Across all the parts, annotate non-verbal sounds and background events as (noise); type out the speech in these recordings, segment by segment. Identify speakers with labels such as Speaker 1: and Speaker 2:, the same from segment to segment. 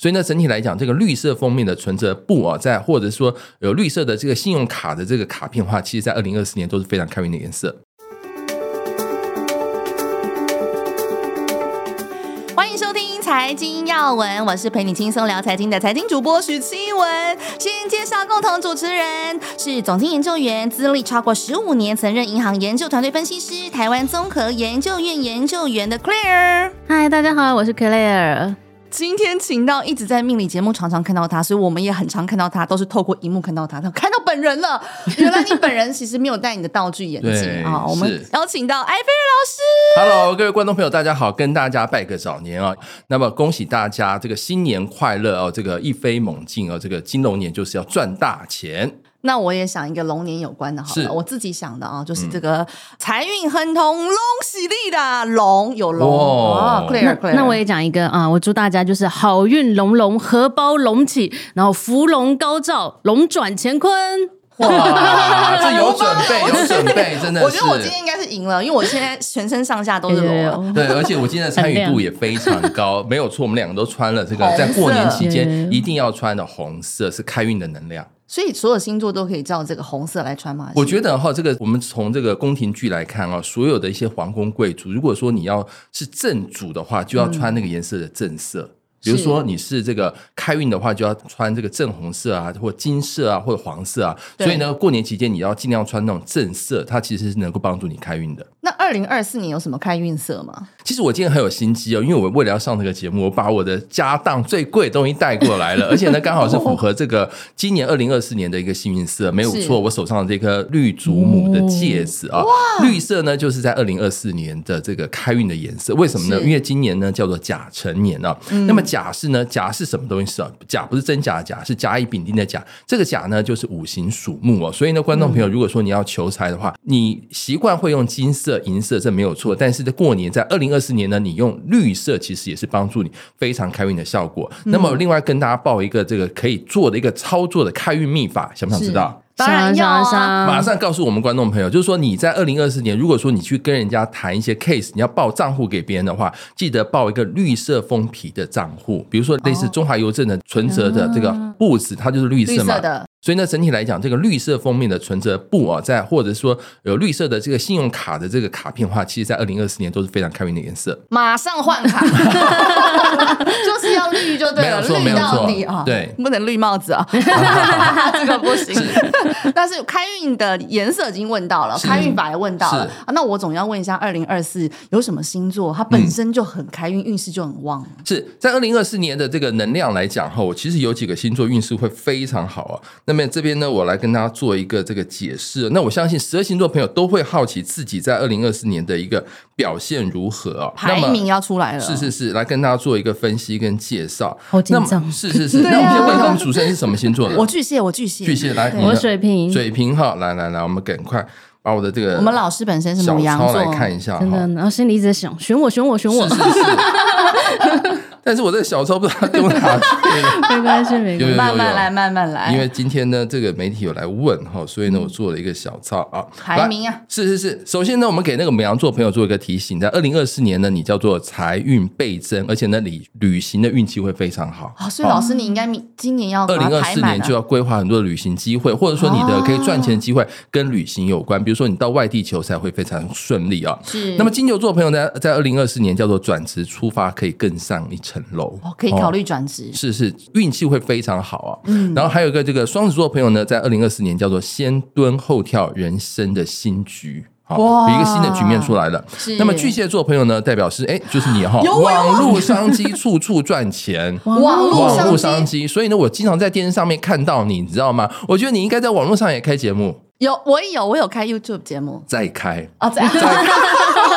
Speaker 1: 所以呢，整体来讲，这个绿色封面的存折簿啊，在或者说有绿色的这个信用卡的这个卡片的话，其实在二零二四年都是非常开运的颜色。
Speaker 2: 欢迎收听《财经要闻》，我是陪你轻松聊财经的财经主播许七文。先介绍共同主持人是总经研究员，资历超过十五年，曾任银行研究团队分析师、台湾综合研究院研究员的 Claire。
Speaker 3: 嗨，大家好，我是 Claire。
Speaker 2: 今天请到一直在命理节目常常看到他，所以我们也很常看到他，都是透过荧幕看到他，看到本人了。原来你本人其实没有戴你的道具
Speaker 1: (laughs)
Speaker 2: 眼
Speaker 1: 对
Speaker 2: 镜啊、我们
Speaker 1: 是
Speaker 2: 邀请到埃菲尔老师，
Speaker 1: Hello，各位观众朋友，大家好，跟大家拜个早年啊、那么恭喜大家这个新年快乐哦，这个一飞猛进哦，这个金龙年就是要赚大
Speaker 2: (laughs)
Speaker 1: 钱。
Speaker 2: 那我也想一个龙年有关的，好
Speaker 1: 是嗯
Speaker 2: 了，我自己想的啊，就是这个财运亨通、龙喜利的龙有龙
Speaker 1: 哇
Speaker 2: 哦 c l a i r c l a i r
Speaker 3: 那我也讲一个啊、我祝大家就是好运隆隆，荷包隆起，然后福龙高照，龙转乾坤。
Speaker 1: 哇，这有准备，有准备，真的是。
Speaker 2: 我觉得我今天应该是赢了，因为我现在全身上下都是
Speaker 3: 有
Speaker 2: 龙
Speaker 3: (laughs) 有
Speaker 2: 了。
Speaker 3: 有
Speaker 1: 对，而且我今天的参与度也非常高，没有错，我们两个都穿了这个，在过年期间
Speaker 3: 红色
Speaker 1: 一定要穿的红色是开运的能量。
Speaker 2: 所以所有星座都可以照这个红色来穿吗？
Speaker 1: 我觉得哈，这个我们从这个宫廷剧来看啊，所有的一些皇宫贵族，如果说你要是正主的话，
Speaker 2: 嗯
Speaker 1: 就要穿那个颜色的正色。比如说你是这个开运的话，就要穿这个正红色啊，或金色啊，或者黄色啊。
Speaker 2: 对
Speaker 1: 所以呢，过年期间你要尽量穿那种正色，它其实是能够帮助你开运的。
Speaker 2: 那二零二四年有什么开运色吗？
Speaker 1: 其实我今天很有心机哦，因为我为了要上这个节目，我把我的家当最贵的东西带过来了，而且呢，刚好是符合这个今年二零二四年的一个幸运色，没有
Speaker 2: 是
Speaker 1: 错。我手上的这颗绿祖母的戒指啊，绿色呢就是在二零二四年的这个开运的颜色。为什么呢？
Speaker 2: 是
Speaker 1: 因为今年呢叫做甲辰年啊。那么甲是呢，甲是什么东西啊？甲不是真假的甲，是甲乙丙丁的甲。这个甲呢就是五行属木哦，所以呢，观众朋友，如果说你要求财的话，你习惯会用金色、银色，这没有错。但是在过年，在二零二四年呢，你用绿色其实也是帮助你非常开运的效果。那么，另外跟大家报一个这个可以做的一个操作的开运秘法，想不想知道？
Speaker 2: 当然要啊
Speaker 3: 上上
Speaker 1: 马上告诉我们观众朋友，就是说你在二零二四年，如果说你去跟人家谈一些 case，你要报账户给别人的话，记得报一个绿色封皮的账户，比如说类似中华邮政的存折的这个簿子，它就是绿
Speaker 2: 哦嗯绿
Speaker 1: 色嘛。
Speaker 2: 色的，
Speaker 1: 所以呢，整体来讲，这个绿色封面的存折簿啊，在或者说有绿色的这个信用卡的这个卡片的话，其实在二零二四年都是非常开运的颜色。 (laughs)
Speaker 2: 马上换卡， (laughs) 就是要绿就对
Speaker 1: 没
Speaker 2: 了，
Speaker 1: 有错
Speaker 2: 绿到底
Speaker 1: 没有错
Speaker 2: 啊！
Speaker 1: 对
Speaker 2: 不能绿帽子啊，
Speaker 1: (laughs)
Speaker 2: 这个不行。 (laughs) 但是开运的颜色已经问到了，
Speaker 1: 是
Speaker 2: 开运法也问到了
Speaker 1: 是
Speaker 2: 啊那我总要问一下，二零二四有什么星座，它本身就很开运，运势就很旺。
Speaker 1: 是在二零二四年的这个能量来讲哈，我其实有几个星座运势会非常好啊。那么这边呢，我来跟大家做一个这个解释。那我相信十二星座朋友都会好奇自己在二零二四年的一个表现如何啊。那
Speaker 2: 排
Speaker 1: 么
Speaker 2: 名要出来了，
Speaker 1: 是是是，来跟大家做一个分析跟介绍。
Speaker 3: 好紧
Speaker 1: 那么
Speaker 3: 张
Speaker 1: 是是是。
Speaker 2: 对啊
Speaker 1: 那我们先问一下我们主持人是什么星座的？
Speaker 2: 我巨蟹，我巨
Speaker 1: (laughs)
Speaker 2: 蟹，
Speaker 1: 巨蟹来，
Speaker 2: 对
Speaker 1: 你呢
Speaker 3: 我水瓶
Speaker 1: 水瓶哈，来来来，我们赶快把我的这个
Speaker 2: 我们老师本身是
Speaker 1: 小
Speaker 2: 母羊
Speaker 1: 抄
Speaker 2: 座，
Speaker 1: 来看一下
Speaker 3: 真的
Speaker 1: 哈。，
Speaker 3: 然后心里一直在想，选我，选我，选我，
Speaker 1: 是是是。但是我 (laughs) 这个小抄不知道丢哪去了。
Speaker 3: 没关系，没关
Speaker 1: 有
Speaker 3: 系。
Speaker 2: 慢慢来，慢慢来，
Speaker 1: 因为今天呢，这个媒体有来问哈，所以呢，我做了一个小操啊，
Speaker 2: 嗯排名啊
Speaker 1: 来，是是是。首先呢，我们给那个母羊座朋友做一个提醒，在二零二四年呢，你叫做财运倍增，而且呢，旅旅行的运气会非常好。
Speaker 2: 哦，所以老师你应该明今年要
Speaker 1: 二
Speaker 2: 把
Speaker 1: 零
Speaker 2: 它
Speaker 1: 二
Speaker 2: 排
Speaker 1: 四
Speaker 2: 满
Speaker 1: 年
Speaker 2: 啊
Speaker 1: 就要规划很多的旅行机会，或者说你的可以赚钱的机会跟旅行有关，比如说你到外地求财会非常顺利啊。
Speaker 2: 是
Speaker 1: 那么金牛座朋友呢，在二零二四年叫做转职出发，可以更上一层楼
Speaker 2: 哦，可以考虑转职，
Speaker 1: 是是，运气会非常好啊。
Speaker 2: 嗯
Speaker 1: 然后还有一个这个双子座朋友呢，在二零二四年叫做先蹲后跳人生的新局。好，
Speaker 2: 哇
Speaker 1: 有一个新的局面出来了
Speaker 2: 是。
Speaker 1: 那么巨蟹座朋友呢，代表是哎，就是你哈、
Speaker 2: 有我有我
Speaker 1: 网络商机处处赚钱，
Speaker 2: (laughs) 网络
Speaker 1: 网络
Speaker 2: 商
Speaker 1: 商
Speaker 2: 机
Speaker 1: 机。所以呢，我经常在电视上面看到你，你知道吗？我觉得你应该在网络上也开节目，
Speaker 2: 有我也有，我有开 YouTube 节目
Speaker 1: 再开。
Speaker 2: 啊，这样 (laughs)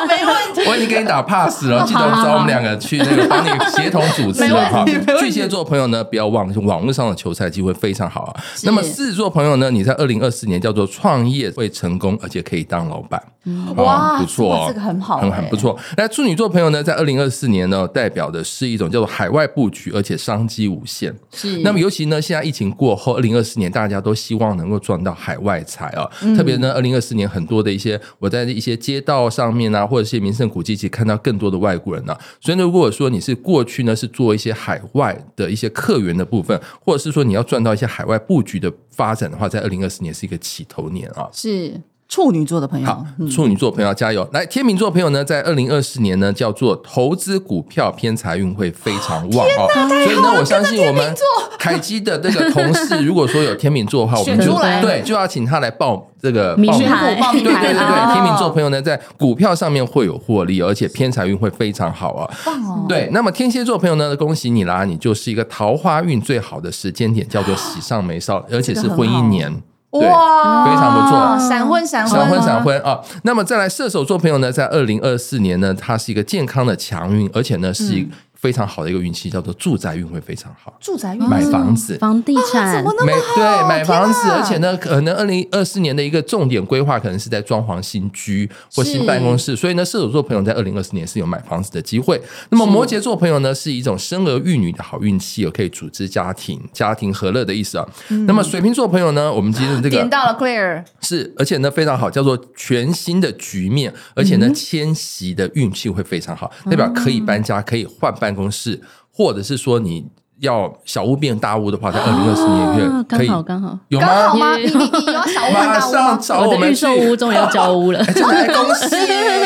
Speaker 2: 没问题。
Speaker 1: 我已经给你打 pass 了，记得找我们两个去那个帮你协同主持了哈
Speaker 2: 没问题没问。
Speaker 1: 巨
Speaker 2: 题
Speaker 1: 蟹座朋友呢，不要忘了网络上的求财机会非常好啊。那么狮子座朋友呢，你在二零二四年叫做创业会成功，而且可以当老板，
Speaker 2: 嗯哇
Speaker 1: 哦不错哦，
Speaker 2: 这个这个很好
Speaker 1: 很
Speaker 2: 哎
Speaker 1: 很不错。那处女座朋友呢，在二零二四年呢，代表的是一种叫做海外布局，而且商机无限。
Speaker 2: 是
Speaker 1: 那么尤其呢，现在疫情过后，二零二四年大家都希望能够赚到海外财哦。特别呢，二零二四年很多的一些我在一些街道上面啊，或者一些名胜古迹，其实看到更多的外国人呢、啊所以呢，如果说你是过去呢是做一些海外的一些客源的部分，或者是说你要赚到一些海外布局的发展的话，在二零二四年是一个起头年啊。
Speaker 2: 是处女座的朋
Speaker 1: 好
Speaker 2: 友，，嗯
Speaker 1: 处女座朋友加油！来，天秤座朋友呢，在二零二四年呢，叫做投资股票偏财运会非常旺哦。所以呢，我相信我们凯基的这个同事，如果说有天秤座的话，我们
Speaker 2: 选
Speaker 1: 就
Speaker 2: 出来
Speaker 1: 对就要请他来报这个
Speaker 3: 名
Speaker 1: 报名
Speaker 2: 选
Speaker 3: 牌
Speaker 2: 股报
Speaker 1: 对
Speaker 2: 名
Speaker 1: 对
Speaker 2: 牌
Speaker 1: 对
Speaker 2: 哦
Speaker 1: 对，天秤座朋友呢，在股票上面会有获利，而且偏财运会非常好啊。
Speaker 2: 棒哦，
Speaker 1: 对，那么天蝎座朋友呢，恭喜你啦，你就是一个桃花运最好的时间点，叫做喜上眉梢，而且是婚姻年。对。
Speaker 2: 哇，
Speaker 1: 非常不错
Speaker 2: 闪婚闪婚
Speaker 1: 闪婚闪婚啊！那么再来射手座朋友呢，在二零二四年呢，它是一个健康的强运，而且呢是
Speaker 2: 嗯
Speaker 1: 一个非常好的一个运气，叫做住宅运会非常好，
Speaker 2: 住宅运
Speaker 1: 买房子。
Speaker 3: 房地产
Speaker 2: 怎哦么那
Speaker 1: 买
Speaker 2: 么好？
Speaker 1: 对买房子，
Speaker 2: 天哪
Speaker 1: 而且呢，可能二零二四年的一个重点规划可能是在装潢新居或新办公室，所以呢，射手座朋友在二零二四年是有买房子的机会。那么摩羯座朋友呢，是一种生儿育女的好运气，哦有可以组织家庭、家庭和乐的意思啊。
Speaker 2: 嗯
Speaker 1: 那么水瓶座朋友呢，我们今天这个
Speaker 2: 点到了 Claire，
Speaker 1: 是，而且呢非常好，叫做全新的局面，而
Speaker 3: 嗯
Speaker 1: 且呢迁徙的运气会非常好，代表可以搬
Speaker 3: 哦
Speaker 1: 家，可以换办公室，或者是说你要小屋变大屋的话，在二零二四
Speaker 3: 啊
Speaker 1: 年，可
Speaker 3: 刚
Speaker 1: 以
Speaker 3: 好刚好，
Speaker 1: 有
Speaker 2: 刚好
Speaker 1: 吗？
Speaker 2: 吗？
Speaker 3: 也
Speaker 2: 你你你有要小问
Speaker 1: 马
Speaker 2: 大屋吗
Speaker 1: 上？找
Speaker 3: 我
Speaker 1: 我
Speaker 3: 的
Speaker 1: 们
Speaker 3: 预
Speaker 1: 去。
Speaker 3: 售。屋终于要交屋了
Speaker 1: 真的还恭
Speaker 3: (laughs)
Speaker 1: 喜！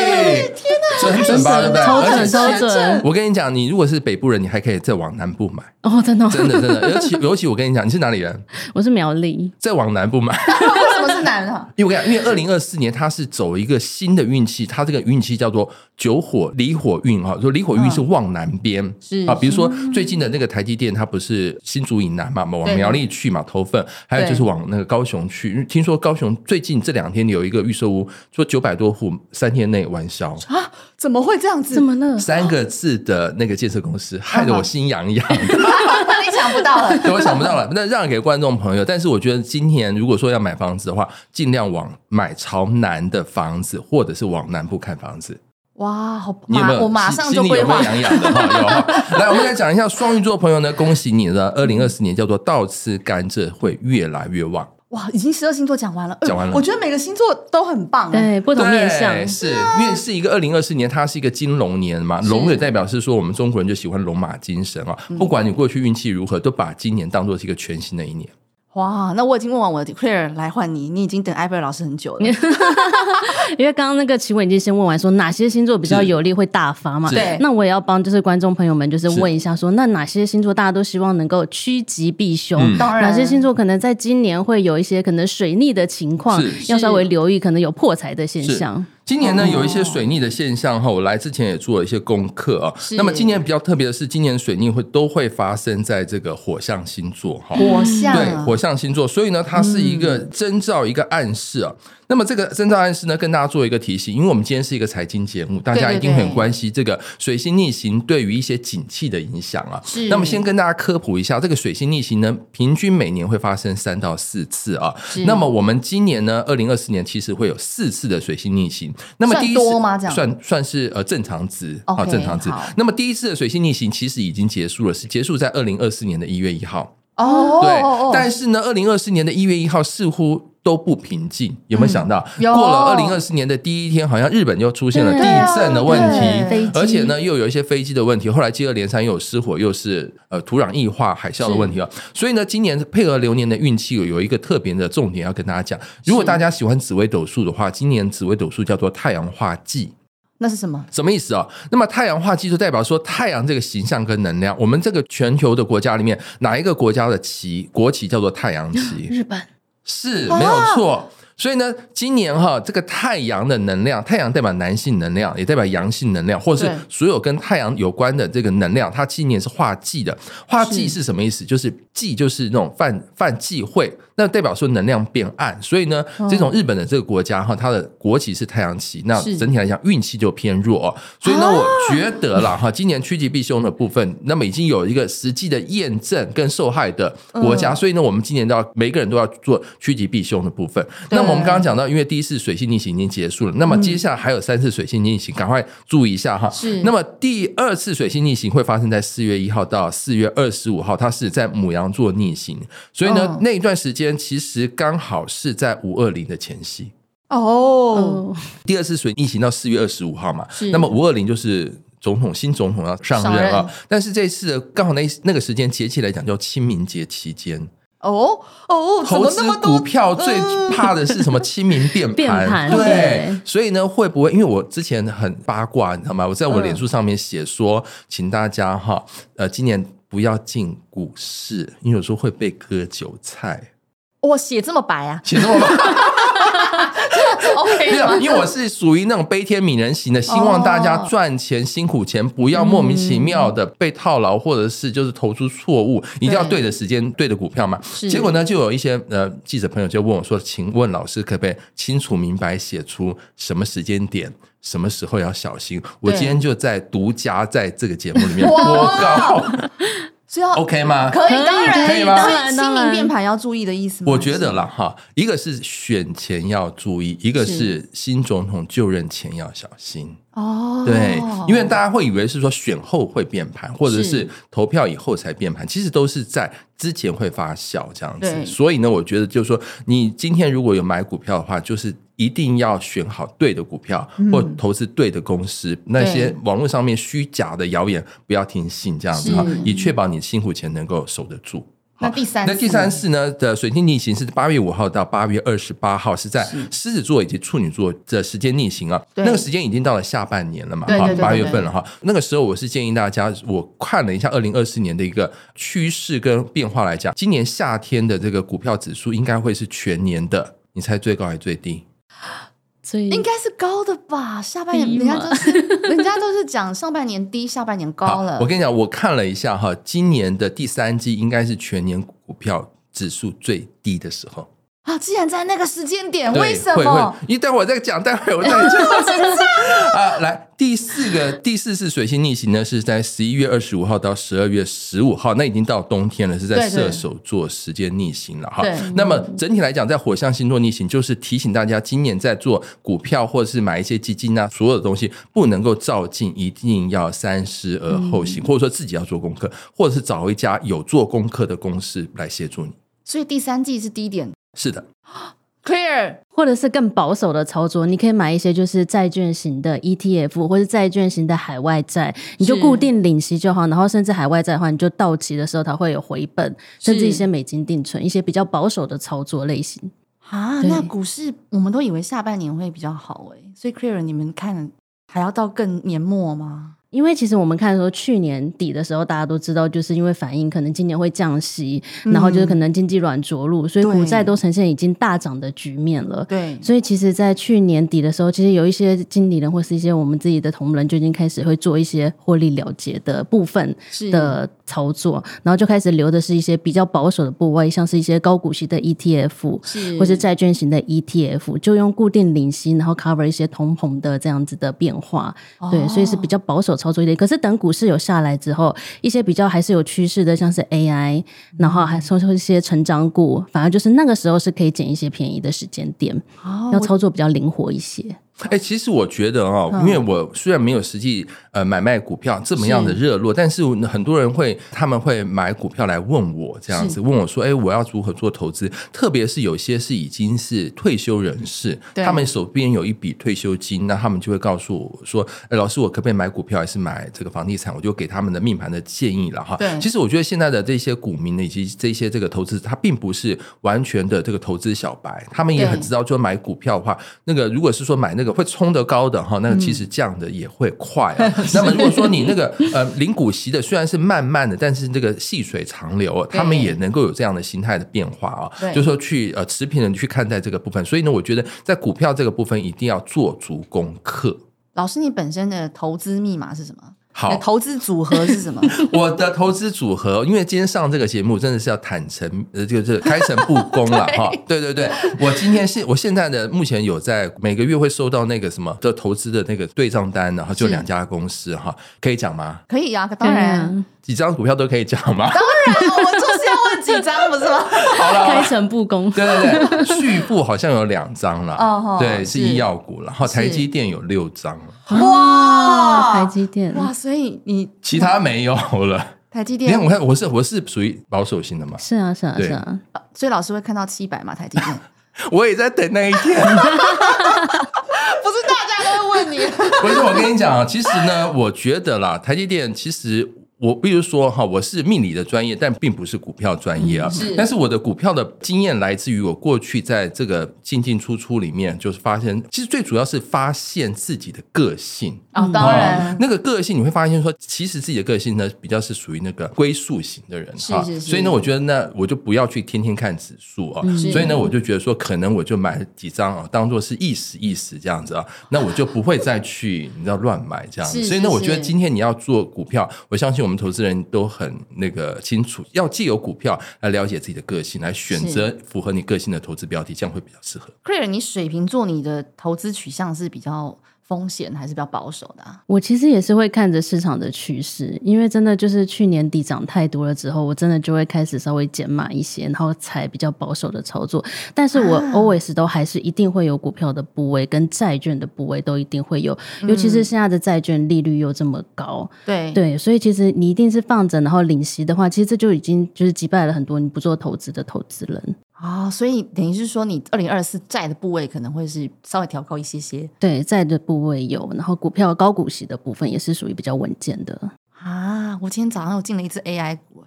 Speaker 1: 天哪， (laughs) 很准吧？对不对？
Speaker 3: 超准
Speaker 1: 而且
Speaker 3: 超
Speaker 1: 是
Speaker 3: 准
Speaker 1: 我跟你讲，你如果是北部人，你还可以再往南部买，
Speaker 3: 哦，真的哦，
Speaker 1: 真的真
Speaker 3: (laughs)
Speaker 1: 的。尤其尤其，我跟你讲，你是哪里人？
Speaker 3: 我是苗栗，
Speaker 1: 再往南部买，
Speaker 2: (laughs) 为什么是啊男的？
Speaker 1: 因为我跟你讲，因为二零二四年它是走一个新的运气，它这个运气叫做九火离火运哈，说离火运是往南边、
Speaker 2: 嗯是
Speaker 1: 啊，比如说最近的那个台积电，它不是新竹以南嘛，往苗栗去嘛投份，还有就是往那个高雄去，因为听说高雄最近这两天有一个预售屋，说九百多户三天内完销，
Speaker 2: 啊，怎么会这样子
Speaker 3: 怎？么了？
Speaker 1: 三个字的那个建设公司，害得我心痒痒。
Speaker 2: 那你想不到
Speaker 1: (laughs)
Speaker 3: (laughs)
Speaker 2: 了，
Speaker 1: 对，我想不到了。那让给观众朋友，但是我觉得今年如果说要买房子的话，尽量往买朝南的房子，或者是往南部看房子。
Speaker 2: 哇，好
Speaker 1: 你有
Speaker 2: 马
Speaker 1: 没有
Speaker 2: 我马
Speaker 1: 心
Speaker 2: 上就
Speaker 1: 心里
Speaker 2: 规
Speaker 1: 有没
Speaker 2: 划
Speaker 1: 有，痒痒的？哈，有哈。来，我们来讲一下双鱼座朋友呢，恭喜你了，二零二四年叫做倒吃甘蔗会越来越旺。
Speaker 2: 哇，已经十二星座讲完了，呃
Speaker 1: 讲完了
Speaker 2: 我觉得每个星座都很棒，啊
Speaker 3: 对，不同面向
Speaker 1: 对，是因为是一个二零二四年，它是一个金龙年嘛，龙也代表是说我们中国人就喜欢龙马精神啊，
Speaker 2: 嗯
Speaker 1: 不管你过去运气如何，都把今年当做是一个全新的一年。
Speaker 2: 哇，那我已经问完我的 Claire 来换你，你已经等艾贝尔老师很
Speaker 3: (laughs)
Speaker 2: 久了，
Speaker 3: 因为刚刚那个奇文已经先问完说哪些星座比较有利会大发嘛，
Speaker 1: 是
Speaker 2: 对
Speaker 3: 那我也要帮就是观众朋友们就是
Speaker 1: 是
Speaker 3: 问一下说，那哪些星座大家都希望能够趋吉避凶？
Speaker 1: 嗯
Speaker 2: 当然
Speaker 3: 哪些星座可能在今年会有一些可能水逆的情况
Speaker 1: 是，
Speaker 3: 要稍微留意，可能有破财的现象。
Speaker 1: 今年呢，
Speaker 2: 哦
Speaker 1: 有一些水逆的现象哈，我来之前也做了一些功课啊。那么今年比较特别的是，今年水逆会都会发生在这个火象星座哈。
Speaker 2: 火象
Speaker 1: 对
Speaker 2: 啊，嗯
Speaker 1: 火象星座，所以呢，它是一个征兆，一个暗示啊。那么这个征兆暗示呢，跟大家做一个提醒，因为我们今天是一个财经节目，大家
Speaker 2: 对对
Speaker 1: 一定
Speaker 2: 对
Speaker 1: 很关心这个水星逆行对于一些景气的影响啊。
Speaker 2: 是
Speaker 1: 那么先跟大家科普一下，这个水星逆行呢，平均每年会发生三到四次啊。
Speaker 2: 嗯
Speaker 1: 那么我们今年呢，二零二四年其实会有四次的水星逆行。那么第一次
Speaker 2: 算多吗这样
Speaker 1: 算算是呃正常值啊，
Speaker 2: OK，
Speaker 1: 正常值
Speaker 2: 好。
Speaker 1: 那么第一次的水星逆行其实已经结束了，是结束在二零二四年的一月一号。
Speaker 2: 哦，
Speaker 1: 对，
Speaker 2: 哦哦
Speaker 1: 但是呢，二零二四年的一月一号似乎都不平静，有没有想到？
Speaker 2: 嗯有嗯
Speaker 1: 过了二零二四年的第一天，好像日本又出现了
Speaker 3: 对
Speaker 2: 啊
Speaker 1: 地震的问题，
Speaker 3: 对飞机
Speaker 1: 而且呢，又有一些飞机的问题，后来接二连三又有失火，又是呃土壤异化、海啸的问题了。所以呢，今年配合流年的运气，有有一个特别的重点要跟大家讲。如果大家喜欢紫微斗数的话，今年紫微斗数叫做太阳化忌。
Speaker 2: 那是什么？
Speaker 1: 什么意思啊？那么太阳化技就代表说太阳这个形象跟能量，我们这个全球的国家里面，哪一个国家的旗国旗叫做太阳旗？
Speaker 3: 日本
Speaker 1: 是
Speaker 2: 哦
Speaker 1: 没有错。所以呢，今年哈，这个太阳的能量，太阳代表男性能量，也代表阳性能量，或是
Speaker 2: 对
Speaker 1: 所有跟太阳有关的这个能量，它今年是化忌的。化忌是什么意思？就是忌就是那种犯犯忌讳，那代表说能量变暗。所以呢，
Speaker 2: 哦
Speaker 1: 这种日本的这个国家哈，它的国旗是太阳旗，那
Speaker 2: 是
Speaker 1: 整体来讲运气就偏弱、哦。所以呢，我觉得啦哈，今年趋吉避凶的部分，那么已经有一个实际的验
Speaker 2: 嗯
Speaker 1: 证跟受害的国家，所以呢，我们今年都要每个人都要做趋吉避凶的部分。
Speaker 2: 对
Speaker 1: 那么
Speaker 2: 嗯
Speaker 1: 我们刚刚讲到，因为第一次水星逆行已经结束了，那么接下来还有三次水星逆行，赶快注意一下哈。
Speaker 2: 是
Speaker 1: 那么第二次水星逆行会发生在四月一号到四月二十五号，它是在母羊座逆行，所以呢，
Speaker 2: 哦
Speaker 1: 那一段时间其实刚好是在五二零的前夕。
Speaker 2: 哦，
Speaker 1: 嗯
Speaker 3: 哦，
Speaker 1: 第二次水逆行到四月二十五号嘛
Speaker 2: 是，
Speaker 1: 那么五二零就是。总统新总统要上
Speaker 3: 上
Speaker 1: 任
Speaker 3: 任
Speaker 1: 啊，但是这次的刚好那一那个时间节气来讲叫清明节期间，
Speaker 2: 哦哦，怎
Speaker 1: 投
Speaker 2: 么
Speaker 1: 资
Speaker 2: 那么
Speaker 1: 股
Speaker 2: 多嗯
Speaker 1: 票最怕的是什么？清明变
Speaker 3: 变盘
Speaker 1: 对
Speaker 3: 对，
Speaker 1: 所以呢，会不会因为我之前很八卦，你知道吗？我在我
Speaker 2: 嗯
Speaker 1: 脸书上面写说，请大家哈，呃，今年不要进股市，因为有时候会被割韭菜。
Speaker 2: 我写这么白啊哦
Speaker 1: 写这么白，(laughs)
Speaker 2: ？OK
Speaker 1: 对
Speaker 2: (laughs)
Speaker 1: 啊
Speaker 2: 吗？
Speaker 1: 因为我是属于那种悲天悯人型的，希望大家
Speaker 2: 哦
Speaker 1: 赚钱辛苦钱，不要莫名其妙的被套牢，或者是就是投出错误，一定要对的时间、对的股票嘛。
Speaker 3: 是
Speaker 1: 结果呢，就有一些呃记者朋友就问我说：“请问老师，可不可以清楚明白写出什么时间点？”什么时候要小心？我
Speaker 2: 对
Speaker 1: 今天就在独家在这个节目里面播
Speaker 2: 哇
Speaker 1: 告
Speaker 2: 所以要
Speaker 1: ，OK 吗？
Speaker 2: (laughs) 可
Speaker 3: 可
Speaker 2: 以，
Speaker 3: 以
Speaker 2: 当然
Speaker 1: 哦可以吗
Speaker 2: 所
Speaker 3: 当然
Speaker 2: 清
Speaker 3: 当
Speaker 2: 明
Speaker 3: 然
Speaker 2: 变盘要注意的意思吗？
Speaker 1: 我觉得啦，哈，一个是选前要注意，一个是新总统就任前要小心。
Speaker 2: 哦，
Speaker 1: 对，因为大家会以为是说选后会变盘，或者是
Speaker 3: 是
Speaker 1: 投票以后才变盘，其实都是在之前会发酵这样子。
Speaker 3: 对
Speaker 1: 所以呢，我觉得就是说，你今天如果有买股票的话，就是。一定要选好对的股票，或投资对的公司。那些网络上面虚假的谣言，不要听信，这样子哈
Speaker 3: 是，
Speaker 1: 以确保你辛苦钱能够守得住。
Speaker 2: 那第三
Speaker 1: 那第三
Speaker 2: 次
Speaker 1: 次呢的水星逆行是八月五号到八月二十八号，是在狮子座以及处女座的时间逆行啊。
Speaker 2: 对
Speaker 1: 那个时间已经到了下半年了嘛，
Speaker 2: 对对
Speaker 1: 哈
Speaker 2: 对，对
Speaker 1: 八月份了哈。那个时候我是建议大家，我看了一下二零二四年的一个趋势跟变化来讲，今年夏天的这个股票指数应该会是全年的，你猜最高还是最低？
Speaker 3: 所以
Speaker 2: 应该是高的吧？下半年
Speaker 3: 低
Speaker 2: 人
Speaker 3: 嘛
Speaker 2: 家都是 (laughs) 人家都是讲上半年低，下半年高了
Speaker 1: 好，啊我。跟你讲，我看了一下哈，今年的第三季应该是全年股票指数最低的时候。
Speaker 2: 啊，既然在那个时间点，
Speaker 1: 对
Speaker 2: 为什
Speaker 1: 会
Speaker 2: 么
Speaker 1: 会？你待会儿再讲，待会儿我再
Speaker 2: (laughs)
Speaker 1: 讲 (laughs) 啊。来，第四个，第四次水星逆行呢，是在十一月二十五号到十二月十五号，那已经到冬天了，是在
Speaker 2: 对对
Speaker 1: 射手座时间逆行了哈
Speaker 2: 对。
Speaker 1: 那么整体来讲，在火象星座逆行，就是提醒大家，今年在做股票或者是买一些基金啊，所有的东西不能够照进，一定要三思而后行，
Speaker 2: 嗯
Speaker 1: 或者说自己要做功课，或者是找一家有做功课的公司来协助你。
Speaker 2: 所以第三季是低点
Speaker 1: 是的，
Speaker 2: ，clear
Speaker 3: 或者是更保守的操作，你可以买一些就是债券型的 ETF 或是债券型的海外债，你就是固定领息就好。然后甚至海外债的话，你就到期的时候它会有回本，甚至
Speaker 2: 是
Speaker 3: 一些美金定存，一些比较保守的操作类型。
Speaker 2: 啊。
Speaker 3: 对
Speaker 2: 那股市我们都以为下半年会比较好诶、所以 clear 你们看还要到更年末吗？
Speaker 3: 因为其实我们看说去年底的时候，大家都知道，就是因为反映可能今年会降息，
Speaker 2: 嗯
Speaker 3: 然后就是可能经济软着陆，所以
Speaker 2: 对
Speaker 3: 股债都呈现已经大涨的局面了。
Speaker 2: 对，
Speaker 3: 所以其实，在去年底的时候，其实有一些经理人或是一些我们自己的同仁就已经开始会做一些获利了结的部分
Speaker 2: 是
Speaker 3: 的操作，然后就开始留的是一些比较保守的部位，像是一些高股息的 ETF。
Speaker 2: 是
Speaker 3: 或是债券型的 ETF，就用固定领息，然后 cover 一些通膨的这样子的变化，
Speaker 2: 哦
Speaker 3: 对，所以是比较保守操作一点。可是等股市有下来之后，一些比较还是有趋势的，像是 AI，然后还说说一些成长股，反而就是那个时候是可以捡一些便宜的时间点，
Speaker 2: 哦
Speaker 3: 要操作比较灵活一些。
Speaker 1: 哎、其实我觉得哦，
Speaker 2: 嗯
Speaker 1: 因为我虽然没有实际呃买卖股票这么样的热络，但是很多人会他们会买股票来问我这样子，问我说：“哎、我要如何做投资？”特别是有些是已经是退休人士，
Speaker 2: 对
Speaker 1: 他们手边有一笔退休金，那他们就会告诉我说：“哎、老师，我可不可以买股票还是买这个房地产？”我就给他们的命盘的建议了哈。
Speaker 2: 对
Speaker 1: 其实我觉得现在的这些股民呢，以及这些这个投资，他并不是完全的这个投资小白，他们也很
Speaker 2: 对
Speaker 1: 知道，就买股票的话，那个如果是说买那个会冲得高的哈，那
Speaker 2: 嗯
Speaker 1: 个其实降的也会快、
Speaker 2: (laughs)
Speaker 1: 啊。那么如果说你那个呃领股息的虽然是慢慢的，但是这个细水长流哦，
Speaker 2: 对
Speaker 1: 他们也能够有这样的心态的变化啊、
Speaker 2: 对
Speaker 1: 就是说去呃持平的去看待这个部分。所以呢，我觉得在股票这个部分一定要做足功课。
Speaker 2: 老师，你本身的投资密码是什么？
Speaker 1: 好
Speaker 2: 你的投资组合是什
Speaker 3: (laughs)
Speaker 2: 么？
Speaker 1: 我的投资组合，因为今天上这个节目真的是要坦诚，呃，就是开诚布公
Speaker 2: (laughs)
Speaker 1: 了哈。对对对，我今天是我现在的目前有在每个月会收到那个什么的投资的那个对账单，然后就是两家公司哈，可以讲吗？
Speaker 2: 可以啊，当然，
Speaker 1: 几张股票都可以讲
Speaker 2: (laughs)
Speaker 1: 吗？
Speaker 2: 当然，我就是要问几张，不是
Speaker 3: (laughs)
Speaker 2: 吗？
Speaker 1: 好了，
Speaker 3: 啊开诚布公。
Speaker 1: 对对对，旭富好像有两张了，
Speaker 2: 哦
Speaker 1: 对，
Speaker 2: 是
Speaker 1: 是医药股了，然后
Speaker 2: 是
Speaker 1: 台积电有六张了，
Speaker 2: 哇
Speaker 3: 啊哦台积电，
Speaker 2: 哇，所以你
Speaker 1: 其他没有了。
Speaker 2: 台积
Speaker 1: 你
Speaker 2: 电
Speaker 1: 看，，我看我是我是属于保守型的嘛，
Speaker 3: 是啊，是啊，
Speaker 1: 对
Speaker 3: 是啊，
Speaker 2: 所以老师会看到七百嘛？台积 (laughs) 电
Speaker 1: 我也在等那一天。
Speaker 2: 不是大家都会问你，
Speaker 1: 不是，我跟你讲啊，其实呢，我觉得啦，台积电其实。我比如说哈，我是命理的专业，但并不是股票专业啊。
Speaker 2: 是
Speaker 1: 但是我的股票的经验来自于我过去在这个进进出出里面，就是发现，其实最主要是发现自己的个性。
Speaker 2: (laughs) 哦，当
Speaker 1: 哦
Speaker 2: 然，
Speaker 1: 那个个性你会发现说，其实自己的个性呢，比较是属于那个归宿型的人
Speaker 2: 是是是
Speaker 1: 所以呢，我觉得那我就不要去天天看指数啊、
Speaker 3: 嗯
Speaker 1: 所以呢，我就觉得说，可能我就买几张啊，当做是意识意识这样子啊，那我就不会再去你知道乱买这样子。
Speaker 2: 是
Speaker 1: 所以呢，
Speaker 2: 是
Speaker 1: 我觉得
Speaker 2: 是
Speaker 1: 今天你要做股票，我相信我们投资人都很那个清楚，要借由股票来了解自己的个性，来选择符合你个性的投资标的，这样会比较适合。
Speaker 2: Clear，你水瓶座你的投资取向是比较风险还是比较保守的、啊？
Speaker 3: 我其实也是会看着市场的趋势，因为真的就是去年底涨太多了之后，我真的就会开始稍微减码一些，然后采比较保守的操作。但是我
Speaker 2: 啊
Speaker 3: always 都还是一定会有股票的部位跟债券的部位都一定会有，
Speaker 2: 嗯
Speaker 3: 尤其是现在的债券利率又这么高，
Speaker 2: 对
Speaker 3: 对，所以其实你一定是放着，然后领息的话，其实这就已经就是击败了很多你不做投资的投资人。
Speaker 2: 啊、所以等于是说你二零二四债的部位可能会是稍微调高一些些
Speaker 3: 对，债的部位有，然后股票高股息的部分也是属于比较稳健的
Speaker 2: 啊。我今天早上又进了一只 AI 股，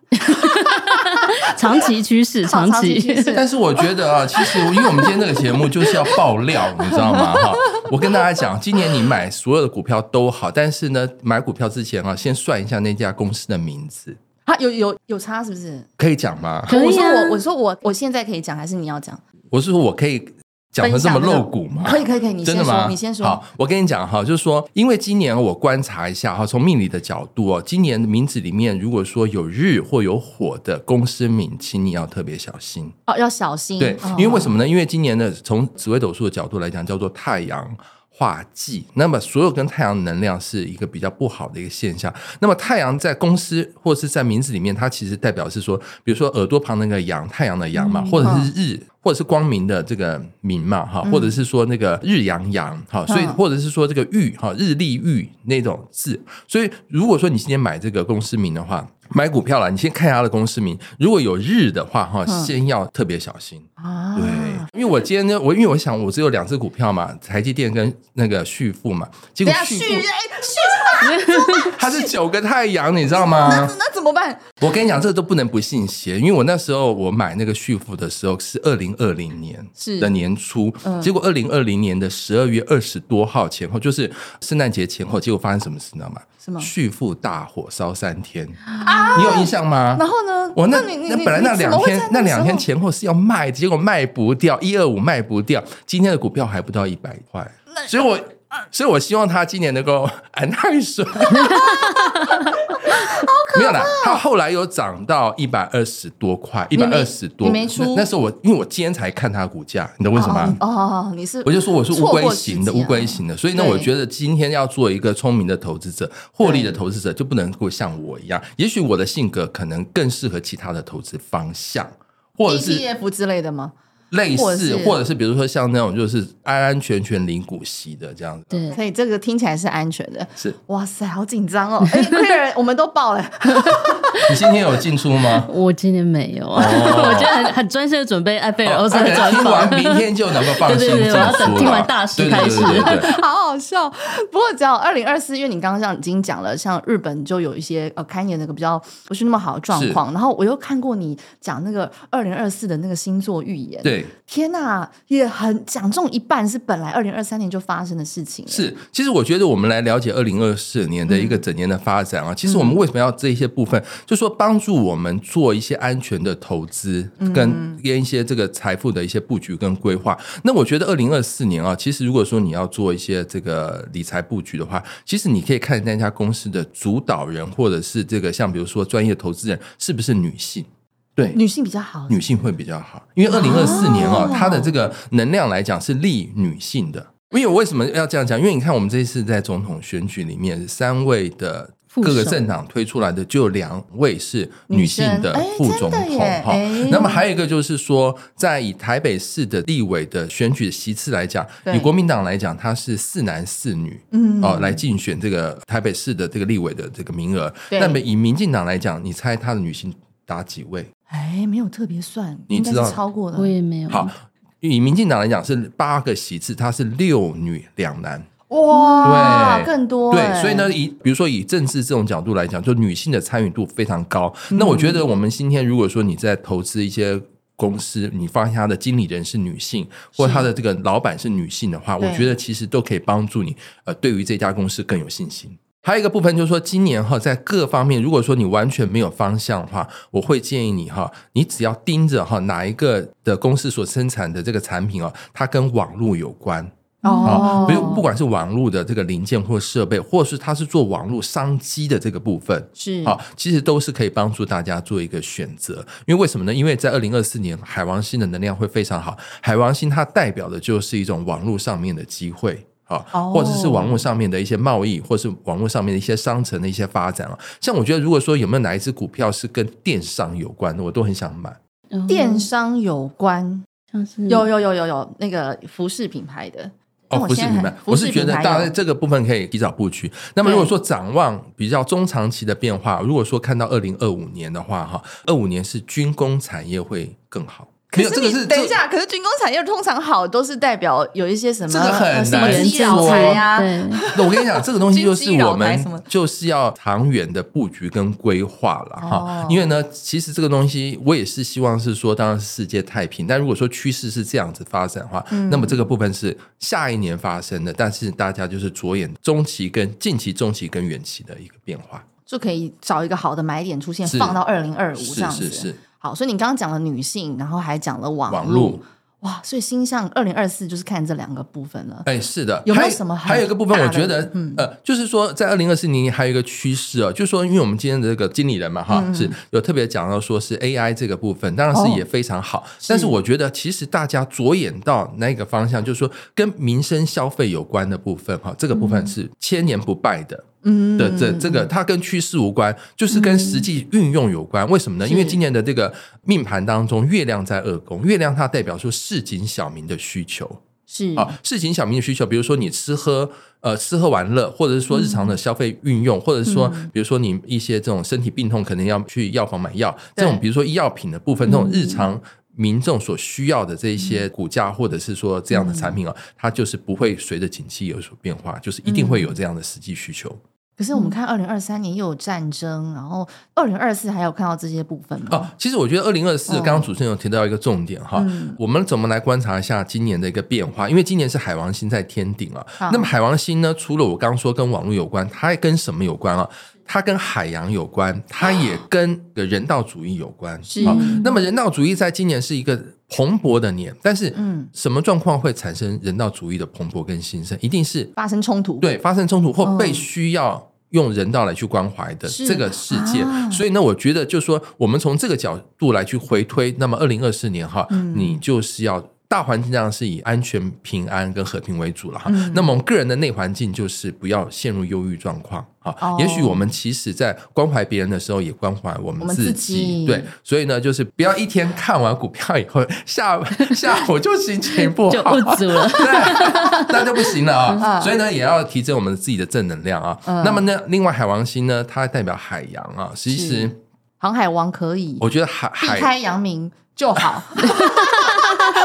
Speaker 3: 长期趋势，长期。
Speaker 2: 哦
Speaker 3: (laughs)
Speaker 2: 趋势
Speaker 1: (laughs) 但是我觉得
Speaker 2: (laughs)
Speaker 1: 啊，其实因为我们今天这个节目就是要爆料，你知道吗？哈，我跟大家讲，今年你买所有的股票都好，但是呢，买股票之前啊，先算一下那家公司的名字，
Speaker 2: 啊，有有有差是不是？
Speaker 1: 可以讲吗？
Speaker 3: 可以啊
Speaker 2: 我说我我说我我现在可以讲还是你要讲？
Speaker 1: 我是说我可以讲的这么露骨吗？
Speaker 2: 可以可以可以，你
Speaker 1: 真的
Speaker 2: 先
Speaker 1: 吗
Speaker 2: 说，？你先说
Speaker 1: 好。，我跟你讲哈，就是说，因为今年我观察一下哈，从命理的角度哦，今年的名字里面如果说有日或有火的公司名，请你要特别小心。
Speaker 2: 哦，要小心。
Speaker 1: 对
Speaker 2: 哦，
Speaker 1: 因为为什么呢？因为今年的从紫微斗数的角度来讲，叫做太阳。化忌，那么所有跟太阳能量是一个比较不好的一个现象。那么太阳在公司或是在名字里面，它其实代表是说，比如说耳朵旁那个阳，太阳的阳
Speaker 2: 嗯
Speaker 1: 嘛，或者是日，
Speaker 2: 哦
Speaker 1: 或者是光明的这个明嘛，哈，或者是说那个日阳阳，哈，所以
Speaker 2: 嗯
Speaker 1: 或者是说这个玉哈，日历玉那种字。所以如果说你今天买这个公司名的话，买股票了，你先看一下它的公司名，如果有日的话，哈，
Speaker 2: 嗯
Speaker 1: 先要特别小心。
Speaker 2: 啊，
Speaker 1: 对，因为我今天呢，我因为我想我只有两只股票嘛，台积电跟那个旭富嘛，结
Speaker 2: 等
Speaker 1: 果
Speaker 2: 一下
Speaker 1: 旭
Speaker 2: 续
Speaker 1: 富
Speaker 2: 哎续，
Speaker 1: 它是九个太阳，你知道吗？
Speaker 2: 那怎么办？
Speaker 1: 我跟你讲，这都不能不信邪，因为我那时候我买那个旭富的时候是二零二零年
Speaker 2: 是
Speaker 1: 的年初，
Speaker 2: 嗯
Speaker 1: 结果二零二零年的十二月二十多号前后，就是圣诞节前后，结果发生什么事你知道吗？
Speaker 2: 什么啊
Speaker 1: 旭富大火烧三天你有印象吗？
Speaker 2: 然后呢？
Speaker 1: 我那
Speaker 2: 你你
Speaker 1: 那
Speaker 2: 你
Speaker 1: 本来
Speaker 2: 你
Speaker 1: 那
Speaker 2: 怎
Speaker 1: 两
Speaker 2: 么会
Speaker 1: 天
Speaker 2: 在
Speaker 1: 那
Speaker 2: 个
Speaker 1: 两
Speaker 2: 时
Speaker 1: 天
Speaker 2: 候
Speaker 1: 前后是要卖，结果卖不掉，一二五卖不掉，今天的股票还不到一百块，所以我
Speaker 2: 嗯
Speaker 1: 所以我希望他今年能够 (laughs) 安泰
Speaker 2: (laughs)
Speaker 1: 水。没有啦，它后来有涨到一百二十多块，一
Speaker 2: 没
Speaker 1: 百二十多。
Speaker 2: 你没出
Speaker 1: 那那时候我因为我今天才看它的股价，你懂为什么吗？
Speaker 2: 哦哦，哦你是
Speaker 1: 我就说我是乌龟型的，
Speaker 2: 错过时机啊
Speaker 1: 乌龟型的，所以呢，
Speaker 2: 对
Speaker 1: 我觉得今天要做一个聪明的投资者，获利的投资者，就不能够像我一样。也许我的性格可能更适合其他的投资方向，或者是
Speaker 2: ETF E 之类的吗？
Speaker 1: 类
Speaker 2: 或者
Speaker 1: 似
Speaker 2: 是，
Speaker 1: 或者是比如说像那种就是安安全全领股息的这样子。
Speaker 3: 对，？
Speaker 2: 所以这个听起来是安全的。
Speaker 1: 是
Speaker 2: 哇塞，好紧张哦！
Speaker 1: (laughs)
Speaker 2: 哎，Clear，我们都爆了。
Speaker 1: 你今天有进出吗
Speaker 3: (laughs) 我今天没有，啊 (laughs) 我觉得很很专心的准备艾菲尔欧斯
Speaker 1: 啊可能
Speaker 3: 的
Speaker 1: 哦
Speaker 3: 专
Speaker 1: 听完
Speaker 3: 访。
Speaker 1: 明天就能够放心
Speaker 3: 对
Speaker 1: 进
Speaker 3: 对对
Speaker 1: 出
Speaker 3: 我要等
Speaker 1: 了。
Speaker 3: 听完大师
Speaker 1: 对
Speaker 3: 开
Speaker 1: 对
Speaker 3: 始
Speaker 1: 对对对对
Speaker 2: 好好笑。不过只要二零二四，因为你刚刚像已经讲了，像日本就有一些呃开年那个比较不是那么好的状况。然后我又看过你讲那个二零二四的那个星座预言，
Speaker 1: 对对，
Speaker 2: 天哪，也很讲中一半是本来二零二三年就发生的事情了。嗯
Speaker 1: 是，其实我觉得我们来了解二零二四年的一个整年的发展啊，其实我们为什么要这一些部分，就说帮助我们做一些安全的投资，
Speaker 2: 嗯
Speaker 1: 跟跟一些这个财富的一些布局跟规划。那我觉得二零二四年啊，其实如果说你要做一些这个理财布局的话，其实你可以看那家公司的主导人，或者是这个像比如说专业投资人是不是女性。对，
Speaker 2: 女性比较好，
Speaker 1: 女性会比较好，因为二零二四年哦，它的这个能量来讲是利女性的。因为我为什么要这样讲？因为你看，我们这一次在总统选举里面，三位的
Speaker 3: 副
Speaker 1: 各个
Speaker 3: 手
Speaker 1: 政党推出来的，就有两位是女性的
Speaker 2: 女
Speaker 1: 副
Speaker 2: 生哎
Speaker 1: 总
Speaker 2: 真的
Speaker 1: 统
Speaker 2: 耶
Speaker 1: 哈
Speaker 2: 哎。
Speaker 1: 那么还有一个就是说，在以台北市的立委的选举席次来讲，
Speaker 2: 对
Speaker 1: 以国民党来讲，它是四男四女，
Speaker 2: 嗯
Speaker 1: 哦，来竞选这个台北市的这个立委的这个名额。
Speaker 2: 对
Speaker 1: 那么以民进党来讲，你猜他的女性打几位？
Speaker 2: 哎，没有特别算，
Speaker 1: 你
Speaker 2: 应该是
Speaker 1: 知道
Speaker 2: 超过的
Speaker 3: (laughs) 我也没有。啊
Speaker 1: 好，以民进党来讲是八个席次，它是六女两男。
Speaker 2: 哇，
Speaker 1: 对
Speaker 2: 更多
Speaker 1: 对，
Speaker 2: 哎
Speaker 1: 所以呢，以比如说以政治这种角度来讲，就女性的参与度非常高。那我觉得
Speaker 2: 嗯
Speaker 1: 我们今天如果说你在投资一些。公司，你发现他的经理人是女性，或者他的这个老板是女性的话，
Speaker 2: 对
Speaker 1: 我觉得其实都可以帮助你，呃，对于这家公司更有信心。还有一个部分就是说，今年哈，在各方面，如果说你完全没有方向的话，我会建议你哈，你只要盯着哈哪一个的公司所生产的这个产品哦，它跟网络有关，啊，
Speaker 2: 哦，
Speaker 1: 比如不管是网络的这个零件或设备，或是它是做网络商机的这个部分。
Speaker 2: 是
Speaker 1: 好，其实都是可以帮助大家做一个选择，因为为什么呢？因为在二零二四年，海王星的能量会非常好。海王星它代表的就是一种网络上面的机会啊，
Speaker 2: 哦
Speaker 1: 或者是网络上面的一些贸易，或是网络上面的一些商城的一些发展啊。像我觉得，如果说有没有哪一只股票是跟电商有关的，我都很想买。
Speaker 3: 嗯
Speaker 2: 电商有关，
Speaker 3: 像是
Speaker 2: 有有有有有那个服饰品牌的，但
Speaker 1: 哦，
Speaker 2: 我
Speaker 1: 不是
Speaker 2: 现在
Speaker 1: 你
Speaker 2: 很
Speaker 1: 们，
Speaker 2: 服
Speaker 1: 我
Speaker 2: 饰
Speaker 1: 是觉得
Speaker 2: 品牌
Speaker 1: 大
Speaker 2: 有
Speaker 1: 家这个部分可以提早布局。那么
Speaker 2: 对
Speaker 1: 如果说展望比较中长期的变化，如果说看到二零二五年的话，哈，二五年是军工产业会更好。
Speaker 2: 可
Speaker 1: 没有这
Speaker 2: 你
Speaker 1: 个是
Speaker 2: 等一，下，可是军工产业通常好都是代表有一些什么
Speaker 1: 这个很
Speaker 2: 呃什么
Speaker 1: 难
Speaker 2: 医
Speaker 1: 说
Speaker 2: 疗材啊，
Speaker 3: 对，
Speaker 1: (laughs) 这我跟你讲，这个东西就是
Speaker 2: 经济
Speaker 1: 我
Speaker 2: 扰台什
Speaker 1: 们
Speaker 2: 么
Speaker 1: 就是要长远的布局跟规划了哈
Speaker 2: 哦。
Speaker 1: 因为呢，其实这个东西我也是希望是说，当然是世界太平。但如果说趋势是这样子发展的话，
Speaker 2: 嗯
Speaker 1: 那么这个部分是下一年发生的，但是大家就是着眼中期跟近期、中期跟远期的一个变化。
Speaker 2: 就可以找一个好的买点出现，
Speaker 1: 是
Speaker 2: 放到二零二五
Speaker 1: 是
Speaker 2: 这样
Speaker 1: 是
Speaker 2: 子
Speaker 1: 是。
Speaker 2: 好，所以你刚刚讲了女性，然后还讲了网
Speaker 1: 网络，
Speaker 2: 哇，所以星象二零二四就是看这两个部分了。
Speaker 1: 哎，是的，
Speaker 2: 有没有
Speaker 1: 还
Speaker 2: 什么很
Speaker 1: 还有一个部分，
Speaker 2: 大
Speaker 1: 我
Speaker 2: 的嗯
Speaker 1: 觉得，呃，就是说，在二零二四年还有一个趋势哦，就是说，因为我们今天的这个经理人嘛，哈，是有特别讲到说是 AI 这个部分，当然是
Speaker 2: 嗯哦
Speaker 1: 也非常好，但是我觉得其实大家着眼到那个方向，就是说跟民生消费有关的部分，哈，这个部分是千年不败的。
Speaker 2: 嗯
Speaker 1: 的这这个，它跟趋势无关，就是跟实际运用有关。为什么呢？因为
Speaker 2: 是
Speaker 1: 今年的这个命盘当中，月亮在二宫，月亮它代表说市井小民的需求。
Speaker 2: 是
Speaker 1: 啊，市井小民的需求，比如说你吃喝，呃，吃喝玩乐，或者是说
Speaker 2: 嗯
Speaker 1: 日常的消费运用，或者是说，比如说你一些这种身体病痛，可能要去药房买药，这种
Speaker 2: 对嗯
Speaker 1: 比如说医药品的部分，这种日常。民众所需要的这一些股价，或者是说这样的产品啊，
Speaker 2: 嗯
Speaker 1: 它就是不会随着景气有所变化，就是一定会有这样的实际需求
Speaker 2: 可是我们看二零二三年又有战争，然后二零二四还有看到这些部分吗？
Speaker 1: 哦，其实我觉得二零二四，
Speaker 2: 哦
Speaker 1: 刚刚主持人有提到一个重点哈
Speaker 2: 嗯，
Speaker 1: 我们怎么来观察一下今年的一个变化？因为今年是海王星在天顶啊，
Speaker 2: 好
Speaker 1: 那么海王星呢，除了我刚说跟网络有关，它还跟什么有关啊？它跟海洋有关，它也跟人道主义有关。
Speaker 2: 是
Speaker 1: 好那么人道主义在今年是一个蓬勃的年，但是
Speaker 2: 嗯
Speaker 1: 什么状况会产生人道主义的蓬勃跟兴盛？一定是
Speaker 2: 发生冲突，，
Speaker 1: 对发生冲突或
Speaker 2: 嗯
Speaker 1: 被需要。用人道来去关怀的
Speaker 2: 是
Speaker 1: 这个世界，
Speaker 2: 啊
Speaker 1: 所以呢，我觉得就是说，我们从这个角度来去回推，那么二零二四年哈，
Speaker 2: 嗯
Speaker 1: 你就是要大环境上是以安全、平安跟和平为主了哈。
Speaker 2: 嗯
Speaker 1: 那么我们个人的内环境就是不要陷入忧郁状况啊。
Speaker 2: 哦
Speaker 1: 也许我们其实在关怀别人的时候，也关怀我
Speaker 2: 我
Speaker 1: 们
Speaker 2: 们
Speaker 1: 自
Speaker 2: 自
Speaker 1: 己。
Speaker 2: 己
Speaker 1: 对，所以呢，就是不要一天看完股票以后，下下午就心情
Speaker 2: (laughs)
Speaker 1: 不好，
Speaker 3: (laughs) 就不足了。
Speaker 1: 对， (laughs) 那就不行了啊、
Speaker 2: 嗯
Speaker 1: 所以呢，也要提振我们自己的正能量啊。
Speaker 2: 嗯
Speaker 1: 那么呢，另外海王星呢，它代表海洋啊。其实
Speaker 2: 航海王可以
Speaker 1: 我觉得海
Speaker 2: 避
Speaker 1: 海
Speaker 2: 开阳明就好，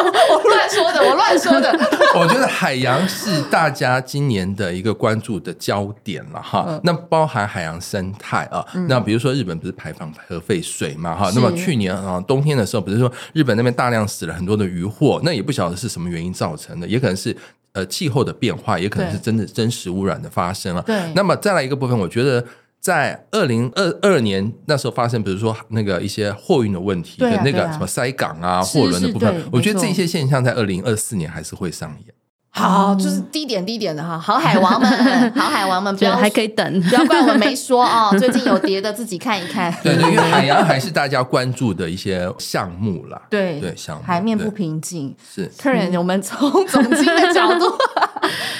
Speaker 4: 我乱说的，我乱说的。
Speaker 1: (laughs) 我觉得海洋是大家今年的一个关注的焦点了哈。
Speaker 2: 嗯
Speaker 1: 那包含海洋生态啊，那比如说日本不是排放核废水嘛哈？那么去年啊冬天的时候，不是说日本那边大量死了很多的渔获，那也不晓得是什么原因造成的，也可能是。呃，气候的变化也可能是真的真实污染的发生啊。
Speaker 4: 对
Speaker 1: 那么再来一个部分，我觉得在二零二二年那时候发生，比如说那个一些货运的问题
Speaker 4: 对
Speaker 1: 跟
Speaker 4: 啊
Speaker 1: 那
Speaker 4: 对
Speaker 1: 个
Speaker 4: 啊
Speaker 1: 什么塞港啊、
Speaker 4: 是
Speaker 1: 货轮的
Speaker 4: 是
Speaker 1: 部分
Speaker 4: 对，
Speaker 1: 我觉得
Speaker 4: 没错
Speaker 1: 这些现象在二零二四年还是会上演。
Speaker 4: 好，就是低点低点的哈，好
Speaker 2: 好
Speaker 4: 海
Speaker 2: 海
Speaker 4: 王
Speaker 2: 王
Speaker 4: 们
Speaker 2: 们，，
Speaker 3: (laughs)
Speaker 2: 好海王们，不
Speaker 3: 嗯
Speaker 1: (laughs)
Speaker 3: 觉得
Speaker 2: 要
Speaker 3: 还可以等。
Speaker 2: 不要怪我们没说哦，最近有跌的自己看一看。
Speaker 1: 对
Speaker 4: (laughs)
Speaker 1: 对，因为海洋还是大家关注的一些项目啦。
Speaker 4: 对
Speaker 1: 对，项目
Speaker 2: 海面不
Speaker 1: 对
Speaker 2: 平静。
Speaker 1: 是。
Speaker 4: 客
Speaker 3: 嗯
Speaker 4: 人，我们从总经的角
Speaker 3: (laughs)
Speaker 4: 度，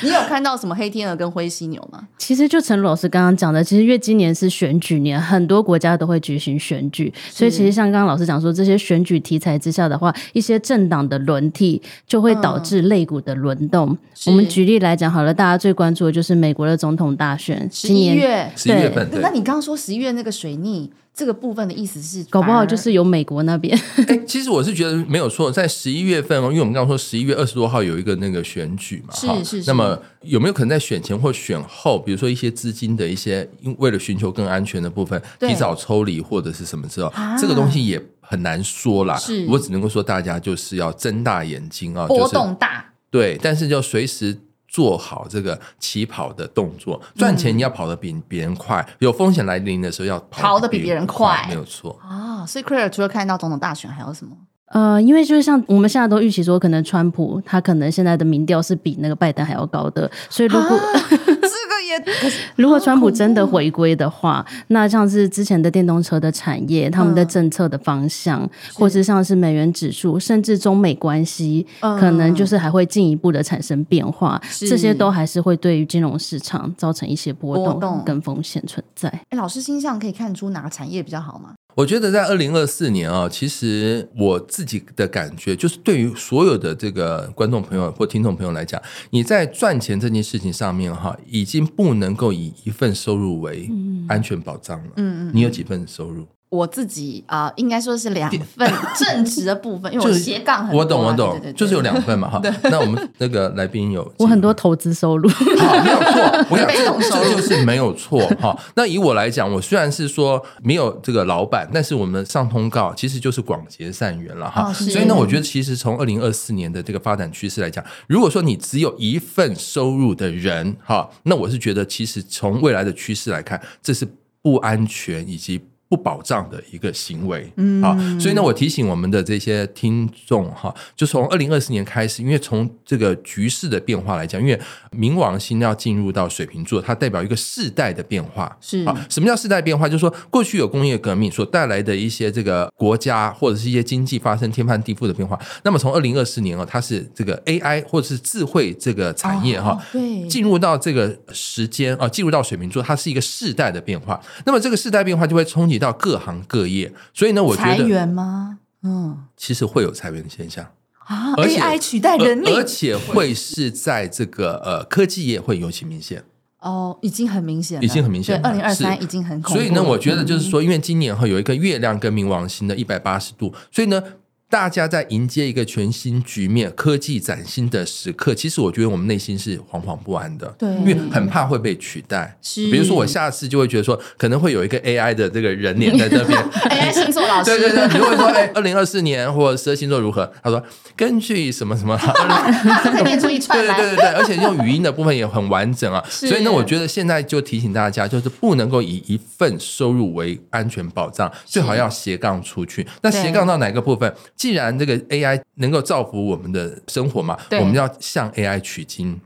Speaker 4: 你有看到什么黑天鹅跟灰犀牛吗？
Speaker 3: 其实就陈老师刚刚讲的，其实因为今年是选举年，很多国家都会举行选举，所以其实像刚刚老师讲说，这些选举题材之下的话，一些政党的轮替就会导致类股的轮动。
Speaker 4: 嗯是
Speaker 3: 我们举例来讲好了，大家最关注的就是美国的总统大选，
Speaker 4: 十
Speaker 3: 今
Speaker 4: 一
Speaker 3: 年
Speaker 4: 月，
Speaker 1: 十一月份，对
Speaker 4: 那，你刚刚说十一月那个水逆这个部分的意思是，
Speaker 3: 搞不好就是由美国那边
Speaker 1: 哎，其实我是觉得没有错，在十一月份哦，因为我们刚刚说十一月二十多号有一个那个选举嘛，
Speaker 4: 是
Speaker 1: 哈
Speaker 4: 是是
Speaker 1: 那么有没有可能在选前或选后，比如说一些资金的一些，因为了寻求更安全的部分，
Speaker 4: 对
Speaker 1: 提早抽离或者是什么之后，
Speaker 4: 啊
Speaker 1: 这个东西也很难说啦。
Speaker 4: 是
Speaker 1: 我只能够说大家就是要睁大眼睛啊，
Speaker 4: 波
Speaker 1: 就是
Speaker 4: 动大，
Speaker 1: 对，但是要随时做好这个起跑的动作。赚
Speaker 4: 嗯
Speaker 1: 钱你要跑得比别人快，有风险来临的时候要
Speaker 4: 跑
Speaker 1: 跑
Speaker 4: 得
Speaker 1: 得
Speaker 4: 比别人快
Speaker 1: 没有错。
Speaker 4: 啊，所以 Claire 除了看到总统大选，还有什
Speaker 3: (laughs)
Speaker 4: 么？
Speaker 3: 呃，因为就是像我们现在都预期说，可能川普他可能现在的民调是比那个拜登还要高的，所以如
Speaker 4: 啊
Speaker 3: 果、
Speaker 4: 这个也可是
Speaker 3: 如果川普真的回归的
Speaker 4: 哦
Speaker 3: 话，那像是之前的电动车的产业，他们的政策的方向，
Speaker 4: 嗯
Speaker 3: 或是像是美元指数，甚至中美关系，
Speaker 4: 嗯
Speaker 3: 可能就是还会进一步的产生变化，
Speaker 4: 是
Speaker 3: 这些都还是会对于金融市场造成一些波
Speaker 4: 波
Speaker 3: 动
Speaker 4: 动
Speaker 3: 跟风险存在。
Speaker 4: 哎，老师星象可以看出哪个产业比较好吗？
Speaker 1: 我觉得在二零二四年啊、其实我自己的感觉就是，对于所有的这个观众朋友或听众朋友来讲，你在赚钱这件事情上面哈、已经不能够以一份收入为安全保障了。
Speaker 4: 嗯
Speaker 1: 你有几份收入？
Speaker 4: 我自己啊、呃应该说是两
Speaker 1: (laughs)
Speaker 4: 份正职的部分，因为我
Speaker 1: 就是
Speaker 4: 斜杠很多啊
Speaker 1: 我懂，我
Speaker 4: 对对
Speaker 1: 懂，
Speaker 4: 对
Speaker 1: 就是有两份嘛哈。那我们那个来宾有几
Speaker 3: 我很多
Speaker 1: 份
Speaker 3: 投资收入，
Speaker 1: 好，没有错，我想
Speaker 4: 被动
Speaker 1: 这
Speaker 4: 收入
Speaker 1: 这就是没有错哈。那以我来讲，我虽然是说没有这个老板，但是我们上通告其实就是广结善缘了哈。
Speaker 4: 哦是
Speaker 1: 所以呢，我觉得其实从二零二四年的这个发展趋势来讲，如果说你只有一份收入的人哈，那我是觉得其实从未来的趋势来看，这是不安全以及。不保障的一个行为，嗯，好，所以呢，我提醒我们的这些听众哈，就从二零二四年开始，因为从这个局势的变化来讲，因为冥王星要进入到水瓶座，它代表一个世代的变化，
Speaker 4: 是
Speaker 1: 啊，什么叫世代变化？就是说，过去有工业革命所带来的一些这个国家或者是一些经济发生天翻地覆的变化。那么从二零二四年哦，它是这个 AI 或者是智慧这个产业哈、
Speaker 4: 哦对
Speaker 1: 进入到这个时间啊，进入到水瓶座，它是一个世代的变化。那么这个世代变化就会冲击到各行各业，所以呢，我觉
Speaker 4: 裁
Speaker 1: 得
Speaker 4: 员吗？嗯
Speaker 1: 其实会有裁员的现象。
Speaker 4: 啊
Speaker 1: 而且
Speaker 4: ，AI 取代人力
Speaker 1: 而而且会是在这个呃科技业会尤其明显。
Speaker 4: 哦，已经很明显了，
Speaker 1: 已经很明显了
Speaker 4: 对，二零二
Speaker 1: 是
Speaker 4: 三已经很恐怖
Speaker 1: 所
Speaker 4: 了。嗯
Speaker 1: 以呢，我觉得就是说，因为今年哈有一个月亮跟冥王星的一百八十度，所以呢。大家在迎接一个全新局面、科技崭新的时刻，其实我觉得我们内心是惶惶不安的，
Speaker 4: 对
Speaker 1: 因为很怕会被取代。
Speaker 4: 是
Speaker 1: 比如说我下次就会觉得说，可能会有一个 AI 的这个人脸在这
Speaker 4: (laughs)
Speaker 1: 边， (laughs)
Speaker 4: AI 星座哎老师，
Speaker 1: 对对对，你会说，哎，二零二四年或者十二星座如何？他说，根据什么什
Speaker 4: (laughs)
Speaker 1: 么，
Speaker 4: 他可以念出一
Speaker 1: 对
Speaker 4: 串来。
Speaker 1: 对对对，而且用语音的部分也很完整啊。
Speaker 4: (laughs) 是
Speaker 1: 所以呢，我觉得现在就提醒大家，就是不能够以一份收入为安全保障，最好要斜杠出去。那斜杠到哪个部分？既然这个 AI 能够造福我们的生活嘛，
Speaker 4: 对
Speaker 1: 我们要向 AI 取经。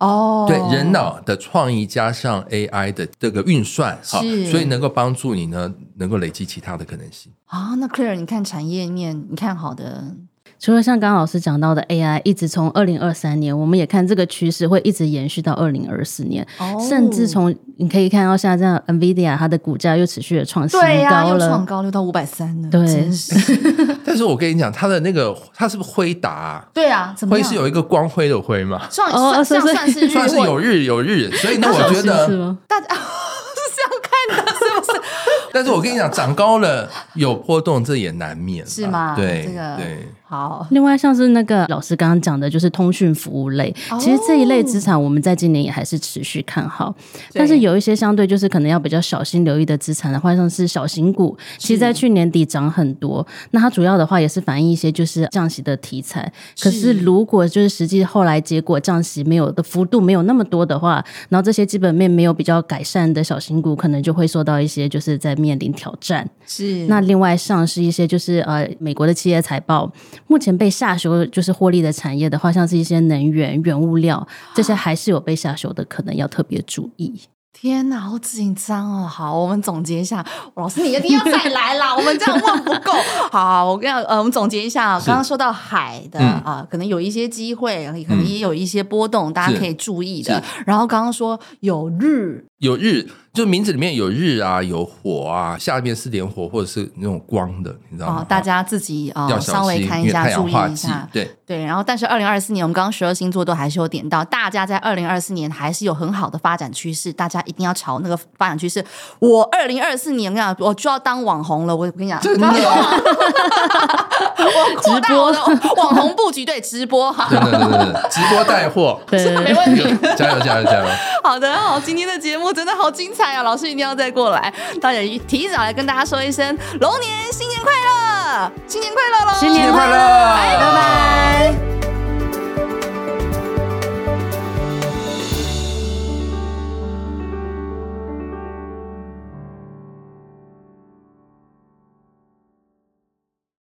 Speaker 4: 哦，
Speaker 1: 对，人脑的创意加上 AI 的这个运算，好
Speaker 4: 是，
Speaker 1: 所以能够帮助你呢，能够累积其他的可能性。
Speaker 4: 啊，那 Claire，你看产业面，你看好的
Speaker 3: 除了像刚刚老师讲到的 AI，一直从二零二三年，我们也看这个趋势会一直延续到二零二四年，
Speaker 4: 哦
Speaker 3: 甚至从你可以看到现在这样 NVIDIA 它的股价又持续的创新
Speaker 4: 对
Speaker 1: 啊
Speaker 4: 呀，
Speaker 3: 高
Speaker 4: 又
Speaker 3: 了
Speaker 4: 创。高六到五百三了，
Speaker 3: 对
Speaker 4: 真是
Speaker 1: 但是我跟你讲，它的那个它是不是辉达啊、
Speaker 4: (laughs) 对啊，怎么
Speaker 1: 辉
Speaker 4: 样
Speaker 1: 是有一个光辉的辉嘛？
Speaker 4: 算
Speaker 3: 哦
Speaker 4: 算这
Speaker 3: 哦所
Speaker 4: 样
Speaker 3: 以
Speaker 4: 算是
Speaker 1: 算
Speaker 2: 嗯
Speaker 1: 是
Speaker 4: 日
Speaker 1: 有日有日，所以呢，我觉
Speaker 3: 是
Speaker 1: 得，
Speaker 3: 吗？
Speaker 4: 大家 (laughs) 是这样看的，是不是？
Speaker 1: 但是我跟你讲，长高了有波动，这也难免啦，
Speaker 4: 是吗
Speaker 1: 对，
Speaker 4: 这个
Speaker 1: 对，
Speaker 2: 好，
Speaker 3: 另外像是那个老师刚刚讲的，就是通讯服务类，其实这一类资产我们在今年也还是持续看好，但是有一些相对就是可能要比较小心留意的资产的话，像是小型股，其实在去年底涨很多，那它主要的话也是反映一些就是降息的题材。可是如果就是实际后来结果降息没有的幅度没有那么多的话，然后这些基本面没有比较改善的小型股，可能就会受到一些就是在面临挑战。
Speaker 2: 是
Speaker 3: 那另外像是一些就是呃美国的企业财报，目前被下修就是获利的产业的话，像是一些能源、原物料这些还是有被下修的，可能要特别注意。
Speaker 2: 天哪，好紧张哦！好，我们总结一下，老师你一定要再来
Speaker 1: (laughs)
Speaker 2: 啦，我们这样问不够。好，我跟你讲呃，我们总结一下，
Speaker 1: 是
Speaker 2: 刚刚说到海的
Speaker 1: 嗯
Speaker 2: 啊、可能有一些机会，可能也有一些波动，大家可以注意的。然后刚刚说有日，
Speaker 1: 有日，就名字里面有日啊，有火啊，下面是点火或者是那种光的，你知道吗？
Speaker 2: 哦，大家自己哦
Speaker 1: 要
Speaker 2: 稍
Speaker 1: 小心，
Speaker 2: 微看
Speaker 1: 因
Speaker 2: 一
Speaker 1: 为
Speaker 2: 下，
Speaker 1: 太
Speaker 2: 注
Speaker 1: 阳
Speaker 2: 意
Speaker 1: 化
Speaker 2: 一
Speaker 1: 忌
Speaker 2: 下。。
Speaker 1: 对，
Speaker 2: 对，然后但是二零二四年，我们刚刚十二星座都还是有点到，大家在二零二四年还是有很好的发展趋势，大家一定要朝那个发展趋势。我二零二四年，我跟你讲，我就要当网红了。 (laughs) 我跟你讲，真的，我扩大我的网红布局，对直播哈。
Speaker 1: 对对对对对，直播带货，
Speaker 3: 对
Speaker 2: 没问题。
Speaker 1: (laughs) 加油加油加油！
Speaker 2: 好的，好，今天的节目真的好精彩啊！老师一定要再过来，大家 (laughs) 提早来跟大家说一声龙年新年快乐，新年快乐喽！
Speaker 3: 新年
Speaker 1: 快乐
Speaker 2: 拜